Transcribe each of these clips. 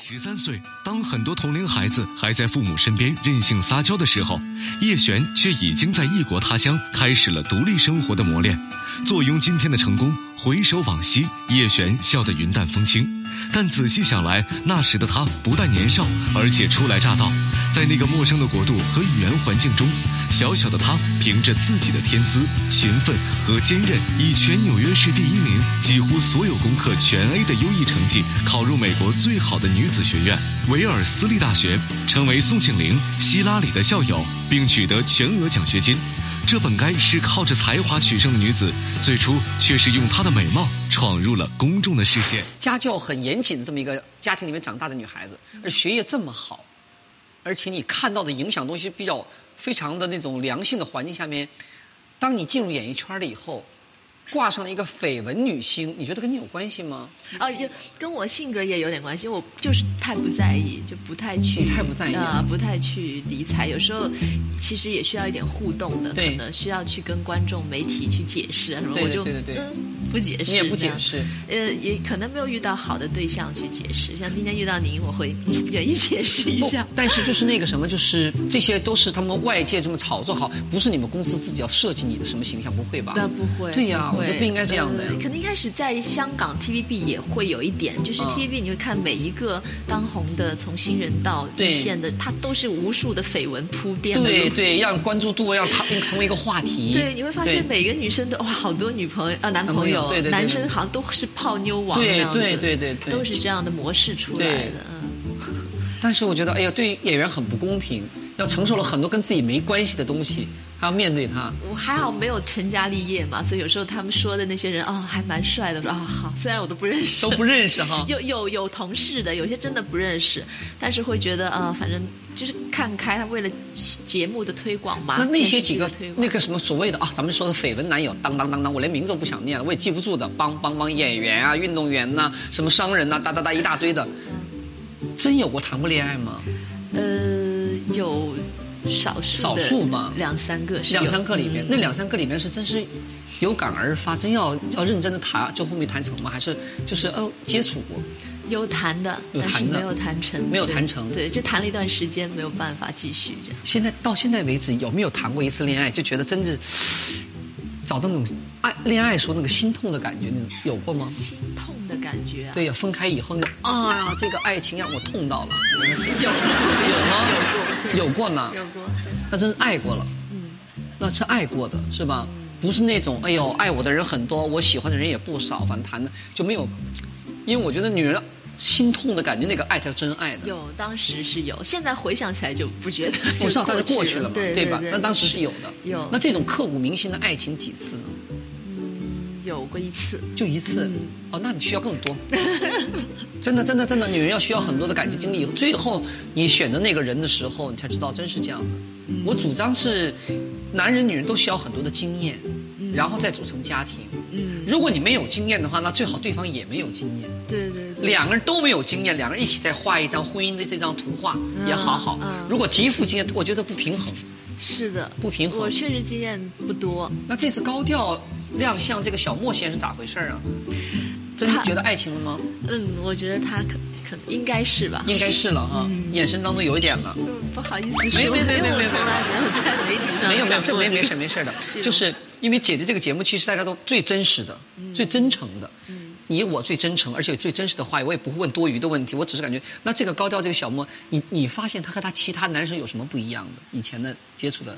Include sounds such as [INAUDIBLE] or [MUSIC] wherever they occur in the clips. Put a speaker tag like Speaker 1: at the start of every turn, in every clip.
Speaker 1: 十三岁，当很多同龄孩子还在父母身边任性撒娇的时候，叶璇却已经在异国他乡开始了独立生活的磨练。坐拥今天的成功，回首往昔，叶璇笑得云淡风轻。但仔细想来，那时的她不但年少，而且初来乍到，在那个陌生的国度和语言环境中，小小的她凭着自己的天资、勤奋和坚韧，以全纽约市第一名，几乎所有功课全 A 的优异成绩，考入美国最好的女子学院——维尔斯利大学，成为宋庆龄、希拉里的校友，并取得全额奖学金。这本该是靠着才华取胜的女子，最初却是用她的美貌闯入了公众的视线。
Speaker 2: 家教很严谨的这么一个家庭里面长大的女孩子，
Speaker 3: 嗯
Speaker 2: 而学业这么好，而且你看到的影响东西比较非常的那种良性的环境下面，当你进入演艺圈了以后，挂上了一个绯闻女星，你觉得跟你有关系吗？
Speaker 3: 啊，也跟我性格也有点关系，我就是太不在意，就不太去，
Speaker 2: 你太不在意
Speaker 3: 啊、
Speaker 2: 了
Speaker 3: 不太去理睬。有时候其实也需要一点互动的，
Speaker 2: 对
Speaker 3: 可能需要去跟观众、媒体去解释啊什么。
Speaker 2: 对
Speaker 3: 我
Speaker 2: 对
Speaker 3: 就
Speaker 2: 对对对
Speaker 3: 嗯不解释，
Speaker 2: 你也不解释
Speaker 3: 这样。呃，也可能没有遇到好的对象去解释。像今天遇到您，我会 [LAUGHS] 嗯愿意解释一
Speaker 2: 不
Speaker 3: 下。
Speaker 2: 哦但是就是那个什么，就是这些都是他们外界这么炒作好，不是你们公司自己要设计你的什么形象，不会吧？
Speaker 3: 那不会，
Speaker 2: 对呀
Speaker 3: 会
Speaker 2: 我觉得不应该这样的
Speaker 3: 呃可能一开始在香港 TVB 也会有一点，就是
Speaker 2: 嗯
Speaker 3: TVB 你会看每一个当红的，从新人到
Speaker 2: 对
Speaker 3: 一线的，它都是无数的绯闻铺垫的
Speaker 2: 对
Speaker 3: 路。
Speaker 2: 对，让关注度让他成为一个话题。
Speaker 3: 对，你会发现
Speaker 2: 对
Speaker 3: 每个女生都哇，好多女朋友啊，男朋
Speaker 2: 男
Speaker 3: 友，
Speaker 2: 朋友对对对
Speaker 3: 男生好像都是泡妞王
Speaker 2: 对
Speaker 3: 那样子
Speaker 2: 对对对对
Speaker 3: 都是这样的模式出来
Speaker 2: 对
Speaker 3: 的。嗯，
Speaker 2: 但是我觉得，哎呀，对演员很不公平，要承受了很多跟自己没关系的东西，还要面对它。
Speaker 3: 我还好没有成家立业嘛，所以有时候他们说的那些人啊、还蛮帅的，我说啊好，虽然我都不认识，
Speaker 2: 都不认识
Speaker 3: [LAUGHS]
Speaker 2: 哈
Speaker 3: 有有有同事的，有些真的不认识，但是会觉得啊、呃反正就是看开，他为了节目的推广嘛。
Speaker 2: 那那
Speaker 3: 电
Speaker 2: 些
Speaker 3: 视剧
Speaker 2: 几
Speaker 3: 的
Speaker 2: 个
Speaker 3: 推广
Speaker 2: 那个什么所谓的啊，咱们说的绯闻男友，当当当当，我连名字都不想念了，我也记不住的，帮帮帮演员啊、运动员呐、什么商人呐、哒哒哒一大堆的，真有过谈过恋爱吗？
Speaker 3: 呃有少数
Speaker 2: 少
Speaker 3: 的
Speaker 2: 数吧
Speaker 3: 两三个是有
Speaker 2: 两三个里面，那两三个里面是真是有感而发，真要要认真的谈，就后面谈成吗？还是就是哦接触过？
Speaker 3: 有谈的，
Speaker 2: 有
Speaker 3: 但是
Speaker 2: 谈的
Speaker 3: 没有谈成，
Speaker 2: 没有谈成
Speaker 3: 对，对就谈了一段时间，没有办法继续这样。
Speaker 2: 现在到现在为止，有没有谈过一次恋爱就觉得真是找到那种爱恋爱时候那个心痛的感觉，那种有过吗？
Speaker 3: 心痛的感觉、啊，
Speaker 2: 对呀、分开以后那种啊，这个爱情让我痛到了，
Speaker 3: 有
Speaker 2: 有
Speaker 3: 有
Speaker 2: 吗？
Speaker 3: 有
Speaker 2: 有过呢
Speaker 3: 过，有过，
Speaker 2: 那真是爱过了，那是爱过的是吧？不是那种哎呦，爱我的人很多，我喜欢的人也不少，反正谈的就没有，因为我觉得女人心痛的感觉，那个爱才是真爱的。
Speaker 3: 有当时是有，现在回想起来就不觉得，
Speaker 2: 我
Speaker 3: 就
Speaker 2: 知道，但是过去
Speaker 3: 去
Speaker 2: 了嘛，
Speaker 3: 对
Speaker 2: 吧？
Speaker 3: 对
Speaker 2: 那当时是有的。
Speaker 3: 有嗯
Speaker 2: 那这种刻骨铭心的爱情几次呢？
Speaker 3: 有过一次，
Speaker 2: 就一次，哦，那你需要更
Speaker 3: [LAUGHS]
Speaker 2: 多。真的，真的，真的，女人要需要很多的感情经历。最后你选择那个人的时候，你才知道真是这样的。
Speaker 3: 嗯
Speaker 2: 我主张是，男人、女人都需要很多的经验，
Speaker 3: 嗯
Speaker 2: 然后再组成家庭。如果你没有经验的话，那最好对方也没有经验。
Speaker 3: 对对对。
Speaker 2: 两个人都没有经验，两个人一起再画一张婚姻的这张图画也好好
Speaker 3: 嗯。
Speaker 2: 如果极富经验，我觉得不平衡。
Speaker 3: 是的，
Speaker 2: 不平衡
Speaker 3: 我确实经验不多，
Speaker 2: 那这次高调亮相这个小莫先生咋回事儿啊？真
Speaker 3: 他
Speaker 2: 觉得爱情了吗？
Speaker 3: 嗯，我觉得他可可能应该是吧。
Speaker 2: 应该是了哈，眼神当中有一点了。
Speaker 3: 嗯不好意思
Speaker 2: 没没
Speaker 3: 说，
Speaker 2: 没
Speaker 3: 因为
Speaker 2: 没没
Speaker 3: 我从来没有在媒体上
Speaker 2: 没有没有，
Speaker 3: 讲
Speaker 2: 这
Speaker 3: 过
Speaker 2: 没没
Speaker 3: 个
Speaker 2: 事没事的
Speaker 3: [LAUGHS] 这，个
Speaker 2: 就是因为姐姐这个节目，其实大家都最真实的、
Speaker 3: 嗯
Speaker 2: 最真诚的。你我最真诚，而且最真实的话，我也不会问多余的问题。我只是感觉，那这个高调这个小莫，你你发现他和他其他男生有什么不一样的？以前的接
Speaker 3: [LAUGHS]
Speaker 2: 触的，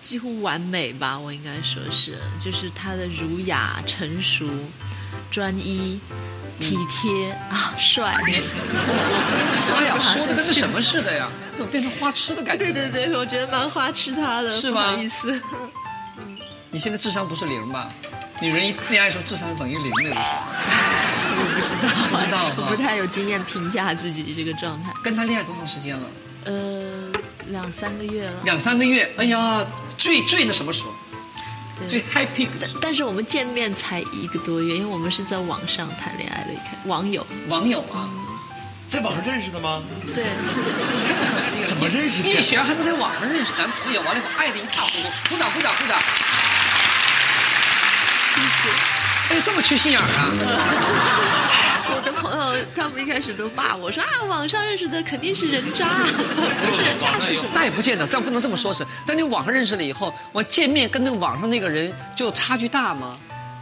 Speaker 3: 几乎完美吧，我应该说是，就是她的儒雅、成熟、专一、体贴、啊，帅。
Speaker 2: 哎呀，说的跟个什么似的呀？怎么变成花痴的感觉？
Speaker 3: [LAUGHS] 对对。对，我觉得蛮花痴他的，
Speaker 2: 是
Speaker 3: 不
Speaker 2: 吗
Speaker 3: 好意思。
Speaker 2: 你现在智商不是零吧？女人一恋爱时候智商等于零那个时候，
Speaker 3: 不
Speaker 2: 知道哈
Speaker 3: [LAUGHS] 我不太有经验评价自己这个状态。
Speaker 2: 跟他恋爱多长时间了？
Speaker 3: 呃，两三个月了。
Speaker 2: 两三个月。哎呀，最最那什么时候？
Speaker 3: 对
Speaker 2: 最 happy 的时候
Speaker 3: 但是我们见面才一个多月，因为我们是在网上谈恋爱的，一开网友。
Speaker 2: 网友啊。
Speaker 4: 在网上认识的吗？
Speaker 3: 对，嗯
Speaker 2: 太不可思议了！
Speaker 4: 怎么认识的
Speaker 2: 叶璇还能在网上认识男朋友，完了以后爱的一塌糊涂，鼓掌鼓掌鼓掌！
Speaker 3: 第一次，
Speaker 2: 哎，这么缺心眼儿啊！
Speaker 3: 我的朋友他们一开始都骂我说啊，网上认识的肯定是人 [LAUGHS] 渣，不是人渣是什么？
Speaker 2: 那也不见得，但不能这么说是。但你网上认识了以后，我见面跟那个网上那个人就差距大吗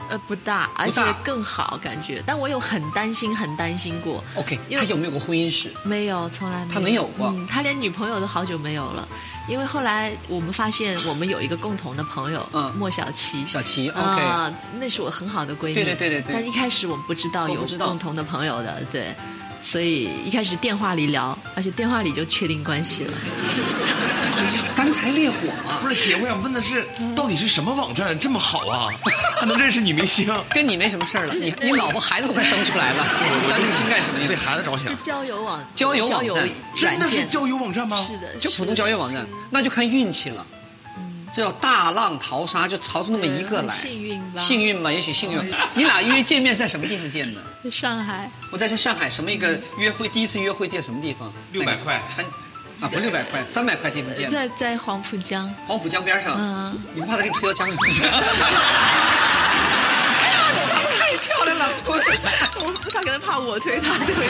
Speaker 3: 呃，不大，而且更好感觉。但我有很担心，很担心过。
Speaker 2: ？OK，
Speaker 3: 因
Speaker 2: 他
Speaker 3: 为
Speaker 2: 有没有过婚姻史？
Speaker 3: 没有，从来没有。
Speaker 2: 他没有过
Speaker 3: 嗯，他连女朋友都好久没有了，因为后来我们发现我们有一个共同的朋友，
Speaker 2: 嗯
Speaker 3: 莫小琪。
Speaker 2: 小琪，OK，、
Speaker 3: 啊、那是我很好的闺蜜。
Speaker 2: 对对对对对
Speaker 3: 但一开始我们不知道
Speaker 2: 都
Speaker 3: 有
Speaker 2: 不知道
Speaker 3: 共同的朋友的，对。所以一开始电话里聊，而且电话里就确定关系了。
Speaker 2: 干柴烈火嘛。
Speaker 4: 不是姐，我想问的是，到底是什么网站这么好啊？ [LAUGHS] 还能认识女明星？
Speaker 2: 跟你没什么事儿了，你你老婆孩子都快生出来了，担这个心干什么
Speaker 4: 为
Speaker 2: 呀？
Speaker 4: 孩子着想，
Speaker 3: 交友网
Speaker 2: 交友网
Speaker 3: 交友
Speaker 2: 站
Speaker 4: [LAUGHS] 真
Speaker 3: 软
Speaker 4: 的是
Speaker 3: 件
Speaker 4: 交友网站吗？
Speaker 3: 是的，
Speaker 2: 就是普通
Speaker 3: 的
Speaker 2: 交友网站，那就看运气了。这叫大浪淘沙，就淘出那么一个
Speaker 3: 对
Speaker 2: 来，
Speaker 3: 幸运吧
Speaker 2: 幸运吧，也哦许幸运。 [LAUGHS] 你俩约见面在什么地方见的？
Speaker 3: 上海。
Speaker 2: 我在上海什么一个约会，第一次约会在什么地方？
Speaker 4: 600块
Speaker 2: 餐啊，不六百 [LAUGHS] 块，三百块地方见的，
Speaker 3: 在在黄浦
Speaker 2: [LAUGHS]
Speaker 3: 江，
Speaker 2: 黄浦江边上。
Speaker 3: 嗯
Speaker 2: 你不怕他给你推到江里去？ [LAUGHS] 哎呀，你长得太漂亮 [LAUGHS] 了！
Speaker 3: 我他可能怕我推他推。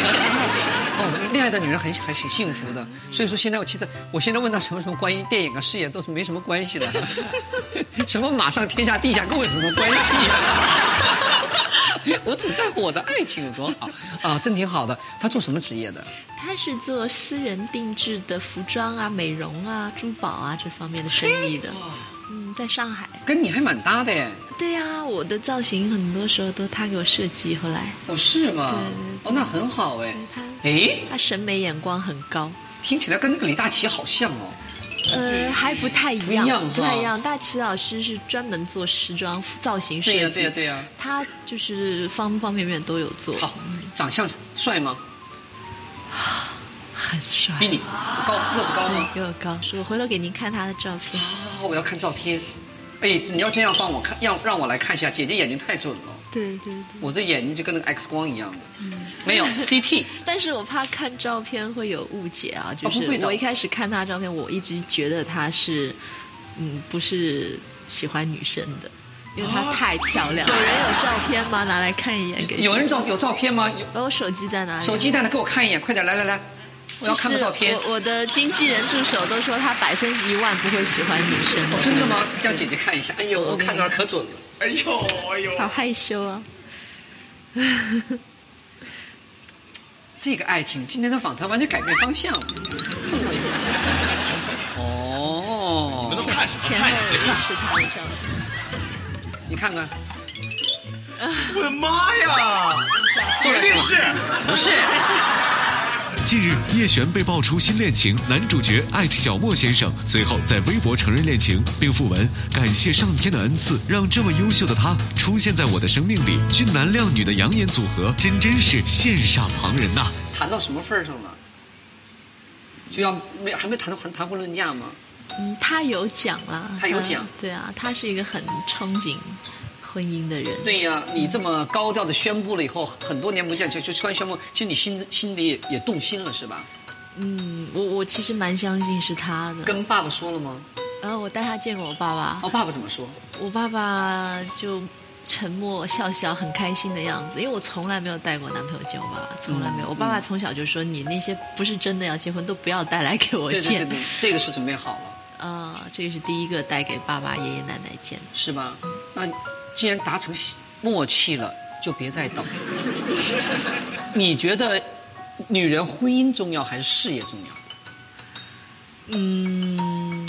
Speaker 2: 哦，恋爱的女人很还挺幸福的，所以说现在我其实我现在问她什么什么关于电影啊、事业都是没什么关系的， [LAUGHS] 什么马上天下地下跟我有什么关系呀、 [LAUGHS] 我只在乎我的爱情有多好啊，真挺好的。她做什么职业的？
Speaker 3: 他是做私人定制的服装啊、美容啊、珠宝啊这方面的生意的。嗯，在上海。
Speaker 2: 跟你还蛮搭的耶。
Speaker 3: 对啊，我的造型很多时候都他给我设计，后来
Speaker 2: 哦，是吗？
Speaker 3: 对
Speaker 2: 哦，那很好哎。
Speaker 3: 他
Speaker 2: 哎，
Speaker 3: 他审美眼光很高。
Speaker 2: 听起来跟那个李大齐好像哦。
Speaker 3: 呃，还不太一
Speaker 2: 不
Speaker 3: 样，
Speaker 2: 一样
Speaker 3: 不太
Speaker 2: 哈
Speaker 3: 一样。大齐老师是专门做时装造型设
Speaker 2: 对
Speaker 3: 计，
Speaker 2: 呀对呀对呀
Speaker 3: 他就是方方面面都有做，
Speaker 2: 好，长相帅吗？
Speaker 3: 很帅，
Speaker 2: 比你高个子高吗？
Speaker 3: 比我高。我回头给您看他的照片。
Speaker 2: 啊，我要看照片。哎，你要这样帮我看，让让我来看一下，姐姐眼睛太准了，
Speaker 3: 对对对。
Speaker 2: 我这眼睛就跟那个 X 光一样的，
Speaker 3: 嗯
Speaker 2: 没有 CT。
Speaker 3: 但是我怕看照片会有误解啊，就
Speaker 2: 哦
Speaker 3: 是
Speaker 2: 不会的
Speaker 3: 我一开始看他的照片，我一直觉得他是，嗯，不是喜欢女生的，因为他太漂亮。有人有照片吗？拿来看一 [LAUGHS] 眼给。
Speaker 2: 哦有人照有照片吗？有
Speaker 3: 把我手机在哪里？
Speaker 2: 手机在那，给我看一眼，快点，来来来，我要看个照片
Speaker 3: 就。是我我的经纪人助手都说他百分之一万不会喜欢女生的
Speaker 2: 哦，，真的吗？让姐姐看一下。哎呦，我看着可准了。
Speaker 4: [LAUGHS] 哎呦哎呦，
Speaker 3: 好害羞啊！
Speaker 2: 这个爱情，今天的访谈完全改变方向了。看到有人
Speaker 4: 你们都
Speaker 2: 哦，
Speaker 4: 看什么
Speaker 3: 前
Speaker 4: 看
Speaker 3: 后
Speaker 4: 呀？
Speaker 3: 也是他的照片，
Speaker 2: 你看看，
Speaker 4: 我的妈呀！肯
Speaker 2: 做了
Speaker 4: 定
Speaker 2: 什
Speaker 4: [LAUGHS]
Speaker 2: 么
Speaker 4: 是
Speaker 2: 不是？
Speaker 1: 近日，叶璇被爆出新恋情，男主角艾特小莫先生，随后在微博承认恋情，并附文感谢上天的恩赐，让这么优秀的他出现在我的生命里。俊男靓女的养眼组合，真真是羡煞旁人呐、
Speaker 2: 谈到什么份儿上了？就要没还没谈到谈谈婚论嫁吗？
Speaker 3: 嗯，他有讲啦，
Speaker 2: 他有讲
Speaker 3: 对啊，他是一个很憧憬婚姻的人，
Speaker 2: 对呀、你这么高调的宣布了以后，很多年不见，就就突然宣布，其实你心心里也也动心了是吧？
Speaker 3: 嗯，我我其实蛮相信是他的，
Speaker 2: 跟爸爸说了吗？
Speaker 3: 然后我带他见过我爸爸，
Speaker 2: 哦，爸爸怎么说？
Speaker 3: 我爸爸就沉默笑笑，很开心的样子。因为我从来没有带过男朋友见我爸爸，从来
Speaker 2: 嗯
Speaker 3: 没有。我爸爸从小就说：“你那些不是真的要结婚，都不要带来给我
Speaker 2: 对对对
Speaker 3: 见。
Speaker 2: 对，这个是准备好了
Speaker 3: 啊、这个是第一个带给爸爸、爷爷奶奶见的。
Speaker 2: 是吧？那既然达成默契了，就别再 [LAUGHS] 等。你觉得女人婚姻重要还是事业重要？
Speaker 3: 嗯，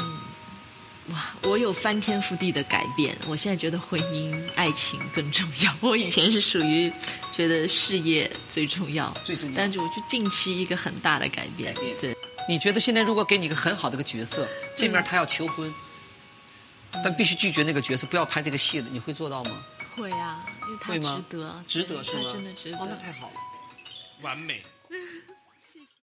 Speaker 3: 哇，我有翻天覆地的改变。我现在觉得婚姻、爱情更重要。我以前是属于觉得事业最重要，
Speaker 2: 最重要
Speaker 3: 但是我就近期一个很大的改变，
Speaker 2: 改变
Speaker 3: 对。
Speaker 2: 你觉得现在如果给你一个很好的一个角色，这面他要求婚，但必须拒绝那个角色，不要拍这个戏了，你会做到吗？
Speaker 3: 会啊，因为他
Speaker 2: 会吗
Speaker 3: 值得，
Speaker 2: 值得是吗？哦
Speaker 3: 他真的值得。
Speaker 2: 哦，那太好了。
Speaker 4: 完美。